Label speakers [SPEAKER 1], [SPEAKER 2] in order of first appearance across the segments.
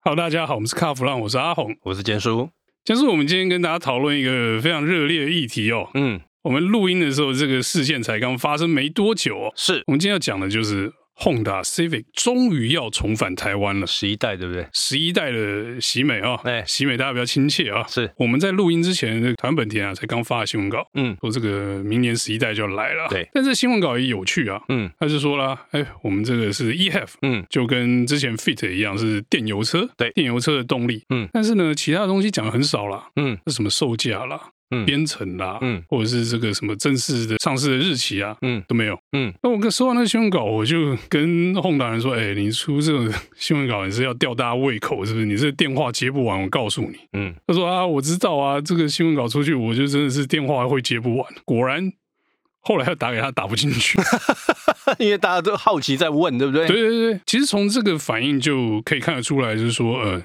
[SPEAKER 1] Hello，大家好，我们是卡弗朗，我是阿红。
[SPEAKER 2] 我是坚叔。
[SPEAKER 1] 就是我们今天跟大家讨论一个非常热烈的议题哦。
[SPEAKER 2] 嗯，
[SPEAKER 1] 我们录音的时候，这个事件才刚发生没多久、哦。
[SPEAKER 2] 是
[SPEAKER 1] 我们今天要讲的就是 Honda Civic 终于要重返台湾了。
[SPEAKER 2] 十一代，对不对？
[SPEAKER 1] 十一代的喜美啊、
[SPEAKER 2] 哎
[SPEAKER 1] 喜美大家比较亲切啊。
[SPEAKER 2] 是，
[SPEAKER 1] 我们在录音之前，这个台湾本田啊才刚发了新闻稿，
[SPEAKER 2] 嗯
[SPEAKER 1] 说这个明年十一代就要来了。
[SPEAKER 2] 对
[SPEAKER 1] 但这新闻稿也有趣啊，
[SPEAKER 2] 嗯
[SPEAKER 1] 他就说啦，哎，我们这个是 EHEV，
[SPEAKER 2] 嗯
[SPEAKER 1] 就跟之前 Fit 一样是电油车，
[SPEAKER 2] 对
[SPEAKER 1] 电油车的动力，
[SPEAKER 2] 嗯
[SPEAKER 1] 但是呢，其他的东西讲的很少啦，
[SPEAKER 2] 嗯
[SPEAKER 1] 什么售价啦、
[SPEAKER 2] 嗯
[SPEAKER 1] 编程啦，
[SPEAKER 2] 嗯
[SPEAKER 1] 或者是这个什么正式的上市的日期啊，
[SPEAKER 2] 嗯
[SPEAKER 1] 都没有。
[SPEAKER 2] 嗯，
[SPEAKER 1] 那我跟收到那个新闻稿，我就跟轰达人说：“哎、你出这种 新闻稿，你是要吊大家胃口是不是？你这电话接不完，我告诉你。
[SPEAKER 2] 嗯”
[SPEAKER 1] 他说：“啊，我知道啊，这个新闻稿出去，我就真的是电话会接不完。”果然，后来要打给他打不进去。
[SPEAKER 2] 因为大家都好奇在问，对不对？
[SPEAKER 1] 对，对对，其实从这个反应就可以看得出来，就是说，呃，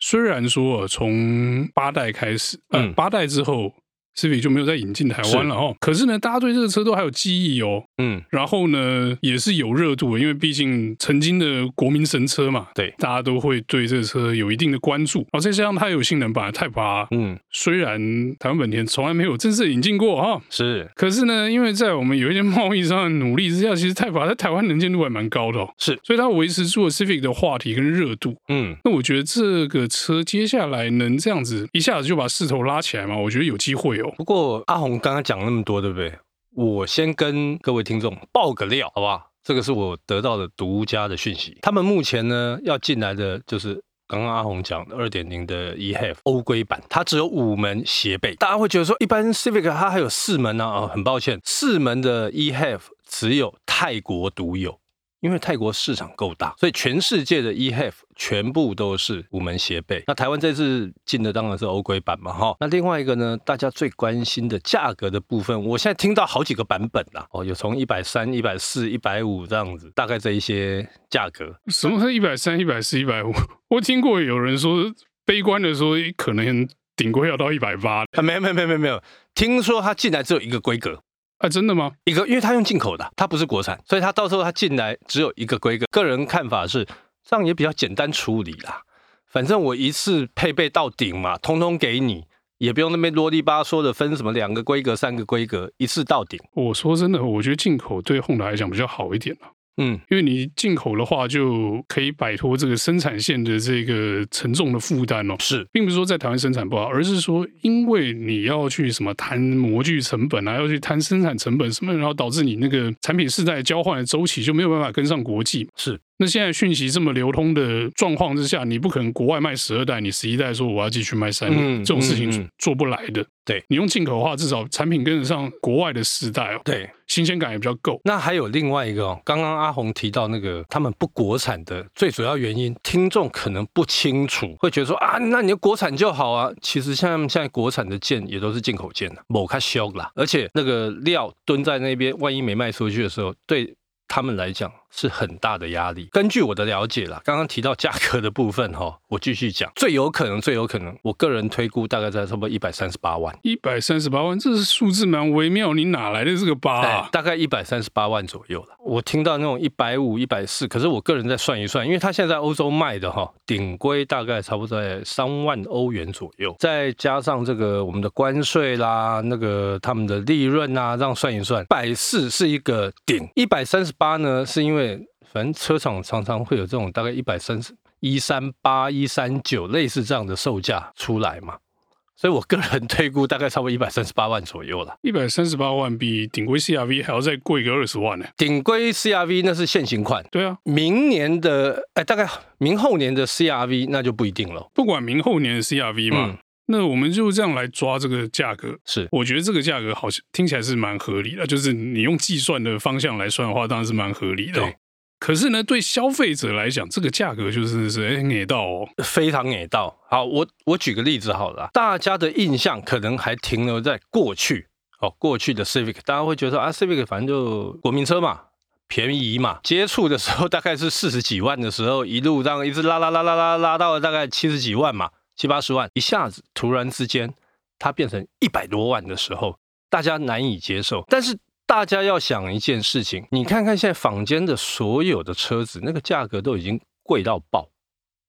[SPEAKER 1] 虽然说呃从八代开始，呃，
[SPEAKER 2] 嗯
[SPEAKER 1] 八代之后，Civic 就没有再引进台湾了哦，可是呢，大家对这个车都还有记忆哦。
[SPEAKER 2] 嗯
[SPEAKER 1] 然后呢，也是有热度的，因为毕竟曾经的国民神车嘛，
[SPEAKER 2] 对
[SPEAKER 1] 大家都会对这个车有一定的关注。然后再加上它有性能版的 Type R，
[SPEAKER 2] 嗯，
[SPEAKER 1] 虽然台湾本田从来没有正式引进过哈、哦
[SPEAKER 2] 是
[SPEAKER 1] 可是呢，因为在我们有一些贸易上的努力之下，其实泰法在台湾能见度还蛮高的哦，
[SPEAKER 2] 是，
[SPEAKER 1] 所以它维持住了 Civic 的话题跟热度。
[SPEAKER 2] 嗯
[SPEAKER 1] 那我觉得这个车接下来能这样子一下子就把势头拉起来嘛，我觉得有机会哦。
[SPEAKER 2] 不过阿红刚刚讲那么多，对不对？我先跟各位听众爆个料，好不好？这个是我得到的独家的讯息。他们目前呢要进来的就是刚刚阿红讲的二点零的 eHEV 欧规版，它只有五门斜背。大家会觉得说，一般 Civic 它还有四门呢、啊？哦，很抱歉，四门的 eHEV 只有泰国独有。因为泰国市场够大，所以全世界的 E eHEV 全部都是五门斜背。那台湾这次进的当然是欧规版嘛，哈。那另外一个呢，大家最关心的价格的部分，我现在听到好几个版本啦，哦，有从一百三、一百四、一百五这样子，大概这一些价格。
[SPEAKER 1] 什么是一百三、一百四、一百五？ 我听过有人说，悲观的说可能顶贵要到一百八
[SPEAKER 2] 啊，没有没有没有没有没有，听说它进来只有一个规格，
[SPEAKER 1] 啊，真的吗？
[SPEAKER 2] 一个，因为它用进口的，它不是国产，所以它到时候它进来只有一个规格。个人看法是，这样也比较简单处理啦。反正我一次配备到顶嘛，通通给你，也不用那边啰里吧嗦的分什么两个规格、三个规格，一次到顶。
[SPEAKER 1] 我说真的，我觉得进口对 Honda 来讲比较好一点啊
[SPEAKER 2] 嗯，
[SPEAKER 1] 因为你进口的话，就可以摆脱这个生产线的这个沉重的负担哦。
[SPEAKER 2] 是，
[SPEAKER 1] 并不是说在台湾生产不好，而是说因为你要去什么谈模具成本啊，要去谈生产成本什么，然后导致你那个产品世代交换的周期就没有办法跟上国际嘛。
[SPEAKER 2] 是，
[SPEAKER 1] 那现在讯息这么流通的状况之下，你不可能国外卖十二代，你十一代说我要继续卖三代，
[SPEAKER 2] 嗯
[SPEAKER 1] 这种事
[SPEAKER 2] 嗯
[SPEAKER 1] 情
[SPEAKER 2] 嗯
[SPEAKER 1] 做不来的。
[SPEAKER 2] 对
[SPEAKER 1] 你用进口的话，至少产品跟得上国外的世代哦，
[SPEAKER 2] 对。
[SPEAKER 1] 新鲜感也比较够。
[SPEAKER 2] 那还有另外一个哦，刚刚阿红提到那个他们不国产的最主要原因，听众可能不清楚，会觉得说啊，那你就国产就好啊。其实像现在国产的件也都是进口件的，某卡修啦，而且那个料蹲在那边，万一没卖出去的时候，对。他们来讲是很大的压力。根据我的了解啦，刚刚提到价格的部分哈、我继续讲，最有可能，最有可能，我个人推估大概在差不多一百三十八万。
[SPEAKER 1] 一百三十八万，这是数字蛮微妙，你哪来的这个八、
[SPEAKER 2] 哎
[SPEAKER 1] 啊，？
[SPEAKER 2] 大概一百三十八万左右了。我听到那种一百五、一百四，可是我个人再算一算，因为它现在在欧洲卖的哈，顶规大概差不多在三万欧元左右，再加上这个我们的关税啦，那个他们的利润啊，这样算一算，百四是一个顶，一百三十八呢，是因为反正车厂常常会有这种大概一百三十。一三八、一三九类似这样的售价出来嘛，所以我个人推估大概差不多一百三十八万左右了。
[SPEAKER 1] 一百三十八万比顶规 CRV 还要再贵个二十万呢、
[SPEAKER 2] 顶规 CRV 那是现行款，
[SPEAKER 1] 对啊，
[SPEAKER 2] 明年的哎，大概明后年的 CRV 那就不一定了。
[SPEAKER 1] 不管明后年的 CRV 嘛，
[SPEAKER 2] 嗯
[SPEAKER 1] 那我们就这样来抓这个价格。
[SPEAKER 2] 是
[SPEAKER 1] 我觉得这个价格好像听起来是蛮合理的，就是你用计算的方向来算的话，当然是蛮合理的哦
[SPEAKER 2] 对。
[SPEAKER 1] 可是呢，对消费者来讲，这个价格就真的是哎，给到哦。
[SPEAKER 2] 非常给到。好，我我举个例子好了啊，大家的印象可能还停留在过去哦，过去的 Civic，大家会觉得说啊，Civic 反正就国民车嘛。便宜嘛，接触的时候大概是四十几万的时候，一路这样一直拉拉拉拉拉拉到大概七十几万嘛，七八十万，一下子突然之间它变成一百多万的时候，大家难以接受。但是大家要想一件事情，你看看现在坊间的所有的车子，那个价格都已经贵到爆。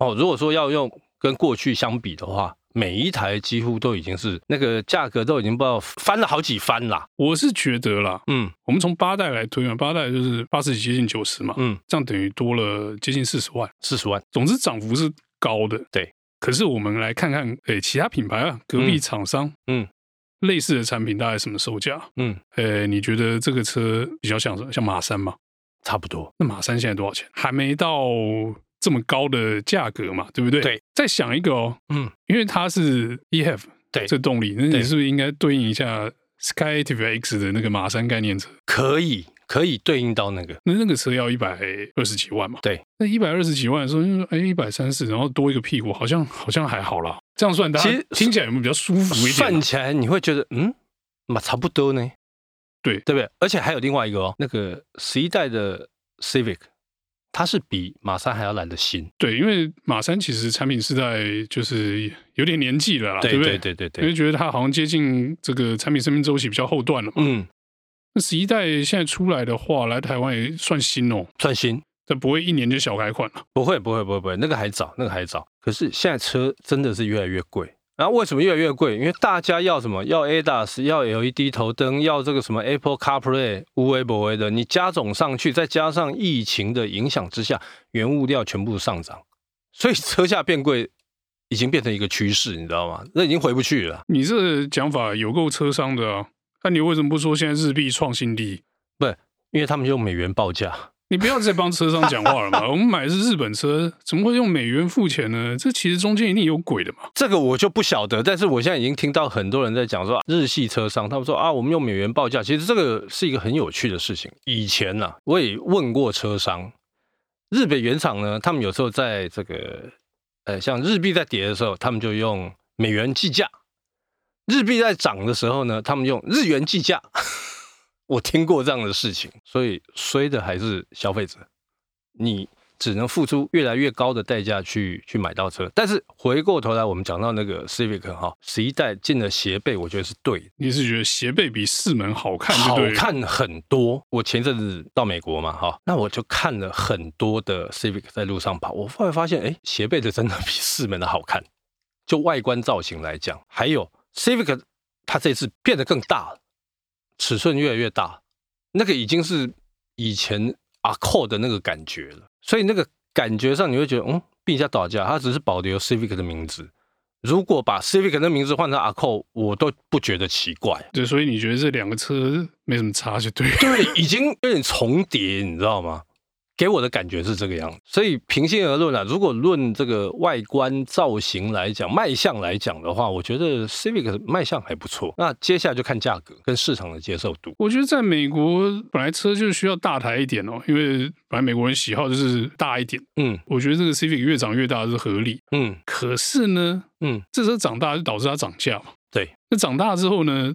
[SPEAKER 2] 哦，如果说要用跟过去相比的话，每一台几乎都已经是那个价格都已经不知道翻了好几番啦。
[SPEAKER 1] 我是觉得啦，
[SPEAKER 2] 嗯
[SPEAKER 1] 我们从八代来推嘛，八代就是八十几接近九十嘛，
[SPEAKER 2] 嗯，
[SPEAKER 1] 这样等于多了接近四十万，
[SPEAKER 2] 四十万，
[SPEAKER 1] 总之涨幅是高的。
[SPEAKER 2] 对，
[SPEAKER 1] 可是我们来看看，诶、其他品牌啊，隔壁厂商，
[SPEAKER 2] 嗯
[SPEAKER 1] 类似的产品大概什么售价？
[SPEAKER 2] 嗯，
[SPEAKER 1] 诶、呃你觉得这个车比较像什么？像马三嘛？
[SPEAKER 2] 差不多。
[SPEAKER 1] 那马三现在多少钱？还没到这么高的价格嘛，对不对？
[SPEAKER 2] 对。
[SPEAKER 1] 再想一个哦，
[SPEAKER 2] 嗯，
[SPEAKER 1] 因为它是 EHF
[SPEAKER 2] 对
[SPEAKER 1] 这动力，那
[SPEAKER 2] 对
[SPEAKER 1] 你是不是应该对应一下 Skyactiv X 的那个马三概念车？
[SPEAKER 2] 可以可以对应到那个，
[SPEAKER 1] 那那个车要一百二十几万嘛？
[SPEAKER 2] 对，
[SPEAKER 1] 那一百二十几万的时候，就说哎一百三十，然后多一个屁股，好像好像还好啦。这样算，大
[SPEAKER 2] 其
[SPEAKER 1] 家
[SPEAKER 2] 实
[SPEAKER 1] 听起来有没有比较舒服一点
[SPEAKER 2] 算
[SPEAKER 1] 啊？
[SPEAKER 2] 起来你会觉得嗯，嘛差不多呢。
[SPEAKER 1] 对
[SPEAKER 2] 对不对？而且还有另外一个哦，那个十一代的 Civic，它是比马三还要来的新。
[SPEAKER 1] 对，因为马三其实产品世代就是有点年纪了啦，不
[SPEAKER 2] 对对对
[SPEAKER 1] 因为
[SPEAKER 2] 对，
[SPEAKER 1] 觉得它好像接近这个产品生命周期比较后段了嘛。
[SPEAKER 2] 嗯，
[SPEAKER 1] 那十一代现在出来的话，来台湾也算新哦，
[SPEAKER 2] 算新。
[SPEAKER 1] 但不会一年就小改款了。
[SPEAKER 2] 不会，不会，不会，不会，那个还早，那个还早。可是现在车真的是越来越贵。然后为什么越来越贵？因为大家要什么？要 ADAS，要 LED 头灯，要这个什么 Apple CarPlay、无为不为的。你加总上去，再加上疫情的影响之下，原物料全部上涨，所以车价变贵已经变成一个趋势，你知道吗？那已经回不去了。
[SPEAKER 1] 你这讲法有够车商的啊！那你为什么不说现在日币创新低？
[SPEAKER 2] 因为他们用美元报价，
[SPEAKER 1] 你不要再帮车商讲话了 嘛！我们买的是日本车，怎么会用美元付钱呢？这其实中间一定有鬼的嘛！
[SPEAKER 2] 这个我就不晓得。但是我现在已经听到很多人在讲说，日系车商他们说啊，我们用美元报价，其实这个是一个很有趣的事情。以前呢、我也问过车商，日本原厂呢，他们有时候在这个呃，像日币在跌的时候，他们就用美元计价；日币在涨的时候呢，他们用日元计价。 我听过这样的事情，所以衰的还是消费者。你只能付出越来越高的代价去去买到车。但是回过头来，我们讲到那个 Civic 哈，十一代进了斜背，我觉得是对的，
[SPEAKER 1] 你是觉得斜背比四门好看就
[SPEAKER 2] 好
[SPEAKER 1] 对了？
[SPEAKER 2] 看很多。我前阵子到美国嘛哈，那我就看了很多的 Civic 在路上跑，我后来发现，哎，斜背的真的比四门的好看，就外观造型来讲，还有 Civic 它这次变得更大了，尺寸越来越大，那个已经是以前阿扣的那个感觉了，所以那个感觉上你会觉得，嗯，并驾打架，它只是保留 Civic 的名字。如果把 Civic 的名字换成阿扣，我都不觉得奇怪。
[SPEAKER 1] 对，所以你觉得这两个车没什么差就对了。
[SPEAKER 2] 对，已经有点重叠，你知道吗？给我的感觉是这个样子。所以平心而论啊，如果论这个外观造型来讲、卖相来讲的话，我觉得 Civic 卖相还不错。那接下来就看价格跟市场的接受度。
[SPEAKER 1] 我觉得在美国本来车就需要大台一点哦，因为本来美国人喜好就是大一点。
[SPEAKER 2] 嗯
[SPEAKER 1] 我觉得这个 Civic 越长越大是合理。
[SPEAKER 2] 嗯
[SPEAKER 1] 可是呢，
[SPEAKER 2] 嗯，
[SPEAKER 1] 这车长大就导致它涨价嘛。
[SPEAKER 2] 对，
[SPEAKER 1] 那长大之后呢，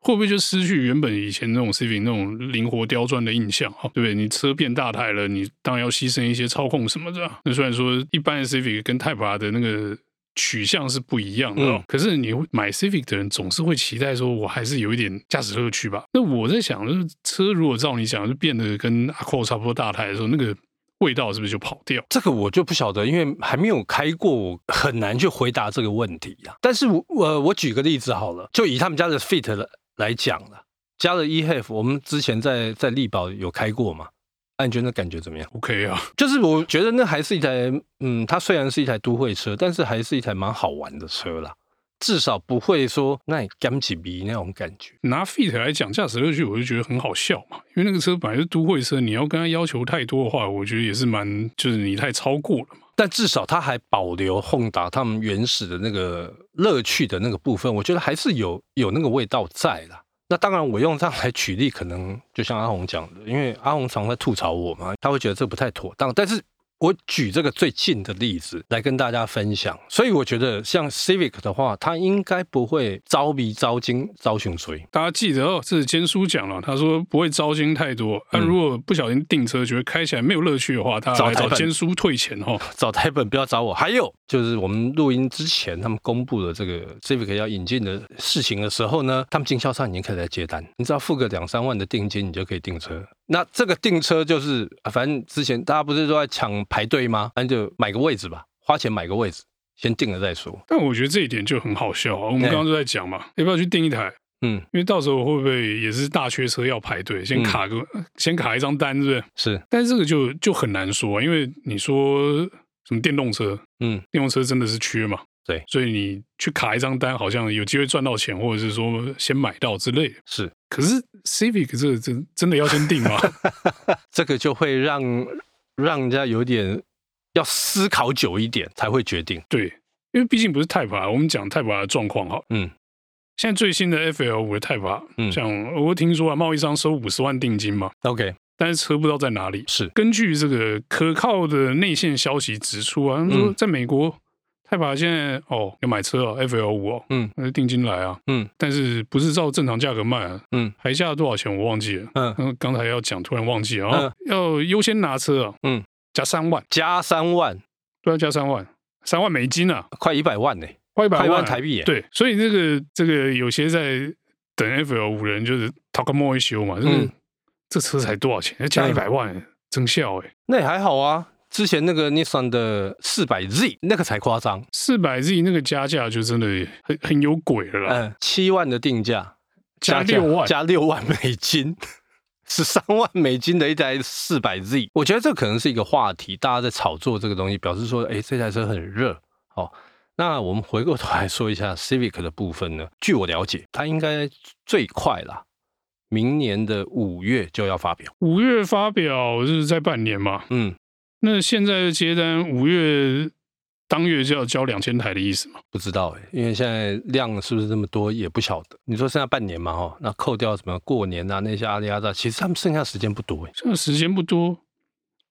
[SPEAKER 1] 会不会就失去原本以前那种 Civic 那种灵活刁钻的印象？哈，对不对？你车变大台了，你当然要牺牲一些操控什么的啊、那虽然说一般的 Civic 跟 Type R 的那个。取向是不一样的、哦
[SPEAKER 2] 嗯
[SPEAKER 1] 可是你买 Civic 的人总是会期待说，我还是有一点驾驶乐趣吧。那我在想，就是车如果照你讲，就变得跟阿 q 差不多大台的时候，那个味道是不是就跑掉？
[SPEAKER 2] 这个我就不晓得，因为还没有开过，我很难去回答这个问题呀、但是我我我举个例子好了，就以他们家的 Fit 来来讲了，加了 EHF，我们之前在在力宝有开过嘛，按觉得感觉怎么样？
[SPEAKER 1] OK 啊，
[SPEAKER 2] 就是我觉得那还是一台，嗯，它虽然是一台都会车，但是还是一台蛮好玩的车啦。至少不会说那你干起鼻那种感觉。
[SPEAKER 1] 拿 Fit 来讲驾驶乐趣，我就觉得很好笑嘛，因为那个车本来是都会车，你要跟他要求太多的话，我觉得也是蛮，就是你太超过了嘛。
[SPEAKER 2] 但至少它还保留 Honda 他们原始的那个乐趣的那个部分，我觉得还是有有那个味道在啦。那当然，我用这样来举例，可能就像阿红讲的，因为阿红常在吐槽我嘛，他会觉得这不太妥当。但是我举这个最近的例子来跟大家分享，所以我觉得像 Civic 的话，它应该不会招迷招金招熊追。
[SPEAKER 1] 大家记得哦，这是坚叔讲了，他说不会糟心太多，但、
[SPEAKER 2] 嗯
[SPEAKER 1] 如果不小心订车觉得开起来没有乐趣的话，大家来
[SPEAKER 2] 找台
[SPEAKER 1] 找
[SPEAKER 2] 本
[SPEAKER 1] 坚叔退钱 哦。
[SPEAKER 2] 找台本不要找我。还有就是我们录音之前，他们公布了这个 Civic 要引进的事情的时候呢，他们经销商已经开始在接单，你只要付个两三万的定金，你就可以订车。那这个订车就是，啊反正之前大家不是都在抢排队吗？那就买个位置吧。花钱买个位置，先定了再说。
[SPEAKER 1] 但我觉得这一点就很好笑啊。我们
[SPEAKER 2] 对
[SPEAKER 1] 刚刚就在讲嘛，要不要去订一台？
[SPEAKER 2] 嗯，
[SPEAKER 1] 因为到时候会不会也是大缺车要排队，先卡个、先卡一张单，是不是？
[SPEAKER 2] 是，
[SPEAKER 1] 但是这个就就很难说啊，因为你说什么电动车，
[SPEAKER 2] 嗯，
[SPEAKER 1] 电动车真的是缺嘛？
[SPEAKER 2] 对
[SPEAKER 1] 所以你去卡一张单，好像有机会赚到钱，或者是说先买到之类的。
[SPEAKER 2] 是，
[SPEAKER 1] 可是 Civic 这个真真的要先定吗？
[SPEAKER 2] 这个就会让让人家有点要思考久一点才会决定。
[SPEAKER 1] 对，因为毕竟不是 Type 啊 R，我们讲 Type R 的状况哈。
[SPEAKER 2] 嗯，
[SPEAKER 1] 现在最新的 FL 五的 Type R，
[SPEAKER 2] 嗯
[SPEAKER 1] 像我听说啊，贸易商收五十万定金嘛，
[SPEAKER 2] OK，
[SPEAKER 1] 但是车不知道在哪里。
[SPEAKER 2] 是
[SPEAKER 1] 根据这个可靠的内线消息指出啊，他们说
[SPEAKER 2] 嗯
[SPEAKER 1] 在美国，泰法现在哦要买车哦，FL 五哦，
[SPEAKER 2] 嗯，
[SPEAKER 1] 那就定金来啊，
[SPEAKER 2] 嗯，
[SPEAKER 1] 但是不是照正常价格卖啊，
[SPEAKER 2] 嗯，
[SPEAKER 1] 还价多少钱我忘记了，
[SPEAKER 2] 嗯
[SPEAKER 1] 嗯，刚才要讲突然忘记了，啊，要优先拿车啊，
[SPEAKER 2] 嗯，
[SPEAKER 1] 加三万，
[SPEAKER 2] 加三万，
[SPEAKER 1] 对啊，加三万，三万美金啊，
[SPEAKER 2] 快一百万呢、
[SPEAKER 1] 快一百
[SPEAKER 2] 快一
[SPEAKER 1] 万
[SPEAKER 2] 万
[SPEAKER 1] 啊
[SPEAKER 2] 台币耶
[SPEAKER 1] 对，所以这个这个有些在等 FL 五人就是 talk more 一修嘛，就是、
[SPEAKER 2] 嗯
[SPEAKER 1] 这车才多少钱，加一百万、真笑哎、
[SPEAKER 2] 那也还好啊。之前那个 Nissan 的四百 Z 那个才夸张，
[SPEAKER 1] 四百 Z 那个加价就真的很很有鬼了啦，
[SPEAKER 2] 嗯，七万的定价，
[SPEAKER 1] 啊加六万，
[SPEAKER 2] 加六万美金， 十三万美金的一台四百 Z，我觉得这可能是一个话题，大家在炒作这个东西，表示说，哎，这台车很热。好，那我们回过头来说一下 Civic 的部分呢。据我了解，它应该最快啦，明年的五月就要发表。
[SPEAKER 1] 五月发表就是在半年嘛，
[SPEAKER 2] 嗯，
[SPEAKER 1] 那现在的接单五月当月就要交两千台的意思嘛，
[SPEAKER 2] 不知道哎、因为现在量是不是这么多也不晓得。你说剩下半年嘛，哦，那扣掉什么过年啊那些阿里阿扎，其实他们剩下时间不多哎、
[SPEAKER 1] 这个时间不多，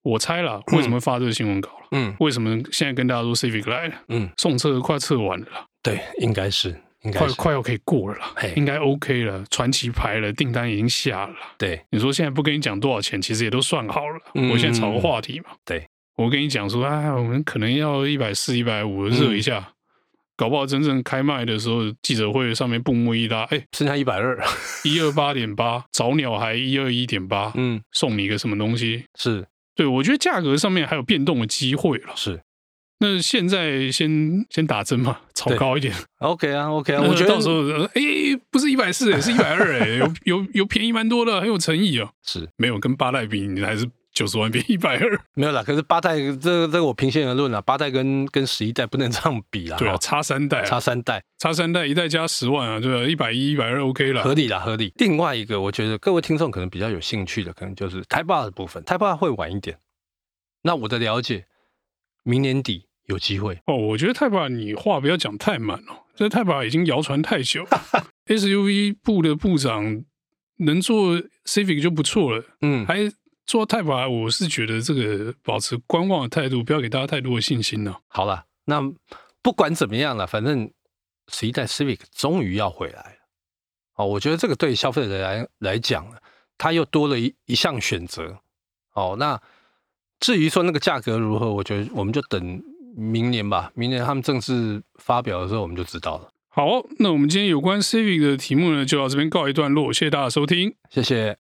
[SPEAKER 1] 我猜啦，为什么发这个新闻稿了？
[SPEAKER 2] 嗯
[SPEAKER 1] 为什么现在跟大家说 Civic 来了？
[SPEAKER 2] 嗯，
[SPEAKER 1] 送测快测完了啦，
[SPEAKER 2] 对，应该是，应该
[SPEAKER 1] 快
[SPEAKER 2] 是，
[SPEAKER 1] 快要可以过了啦
[SPEAKER 2] 嘿，
[SPEAKER 1] 应该 OK 了，传奇牌了，订单已经下了啦。
[SPEAKER 2] 对，
[SPEAKER 1] 你说现在不跟你讲多少钱，其实也都算好了。
[SPEAKER 2] 嗯
[SPEAKER 1] 我现在炒个话题嘛，
[SPEAKER 2] 对，
[SPEAKER 1] 我跟你讲说，啊，我们可能要一百四、一百五热
[SPEAKER 2] 嗯
[SPEAKER 1] 一下，搞不好真正开卖的时候，记者会上面布幕一拉，哎，
[SPEAKER 2] 剩下一百二。
[SPEAKER 1] 一二八点八，早鸟还一二一点八，
[SPEAKER 2] 嗯，
[SPEAKER 1] 送你一个什么东西？
[SPEAKER 2] 是
[SPEAKER 1] 对我觉得价格上面还有变动的机会了。
[SPEAKER 2] 是
[SPEAKER 1] 那现在先先打针嘛，炒
[SPEAKER 2] 对
[SPEAKER 1] 高一点。
[SPEAKER 2] ，OK 啊，OK 啊，
[SPEAKER 1] 那
[SPEAKER 2] 我觉得
[SPEAKER 1] 到时候，呃哎，不是一百四，是一百二，哎，有有有便宜蛮多的，很有诚意哦。
[SPEAKER 2] 是
[SPEAKER 1] 没有跟八代比，你还是九十万变一百二。
[SPEAKER 2] 没有啦。可是八代这个这个我平心而论啦，八代跟跟十一代不能这样比啦，
[SPEAKER 1] 对啊，
[SPEAKER 2] 哦
[SPEAKER 1] 差三代、
[SPEAKER 2] 差
[SPEAKER 1] 啊，
[SPEAKER 2] 三代
[SPEAKER 1] 差三代，一代加十万啊，对吧、啊？一百一、一百二 OK
[SPEAKER 2] 合
[SPEAKER 1] 了。
[SPEAKER 2] 理啦，合理。另外一个，我觉得各位听众可能比较有兴趣的，可能就是 Type R 的部分，Type R 会晚一点。那我的了解，明年底有机会。
[SPEAKER 1] 哦，我觉得泰巴你话不要讲太满哦，这泰巴已经谣传太久 了 SUV 部的部长能做 Civic 就不错了，
[SPEAKER 2] 嗯，
[SPEAKER 1] 还做泰巴，我是觉得这个保持观望的态度，不要给大家太多的信心了、
[SPEAKER 2] 好了，那不管怎么样了，反正十一代 Civic 终于要回来了。哦，我觉得这个对消费者来来讲，啊它又多了一一项选择。哦，那至于说那个价格如何，我觉得我们就等明年吧。明年他们正式发表的时候，我们就知道了。
[SPEAKER 1] 好，那我们今天有关 Civic 的题目呢，就到这边告一段落，谢谢大家收听。
[SPEAKER 2] 谢谢。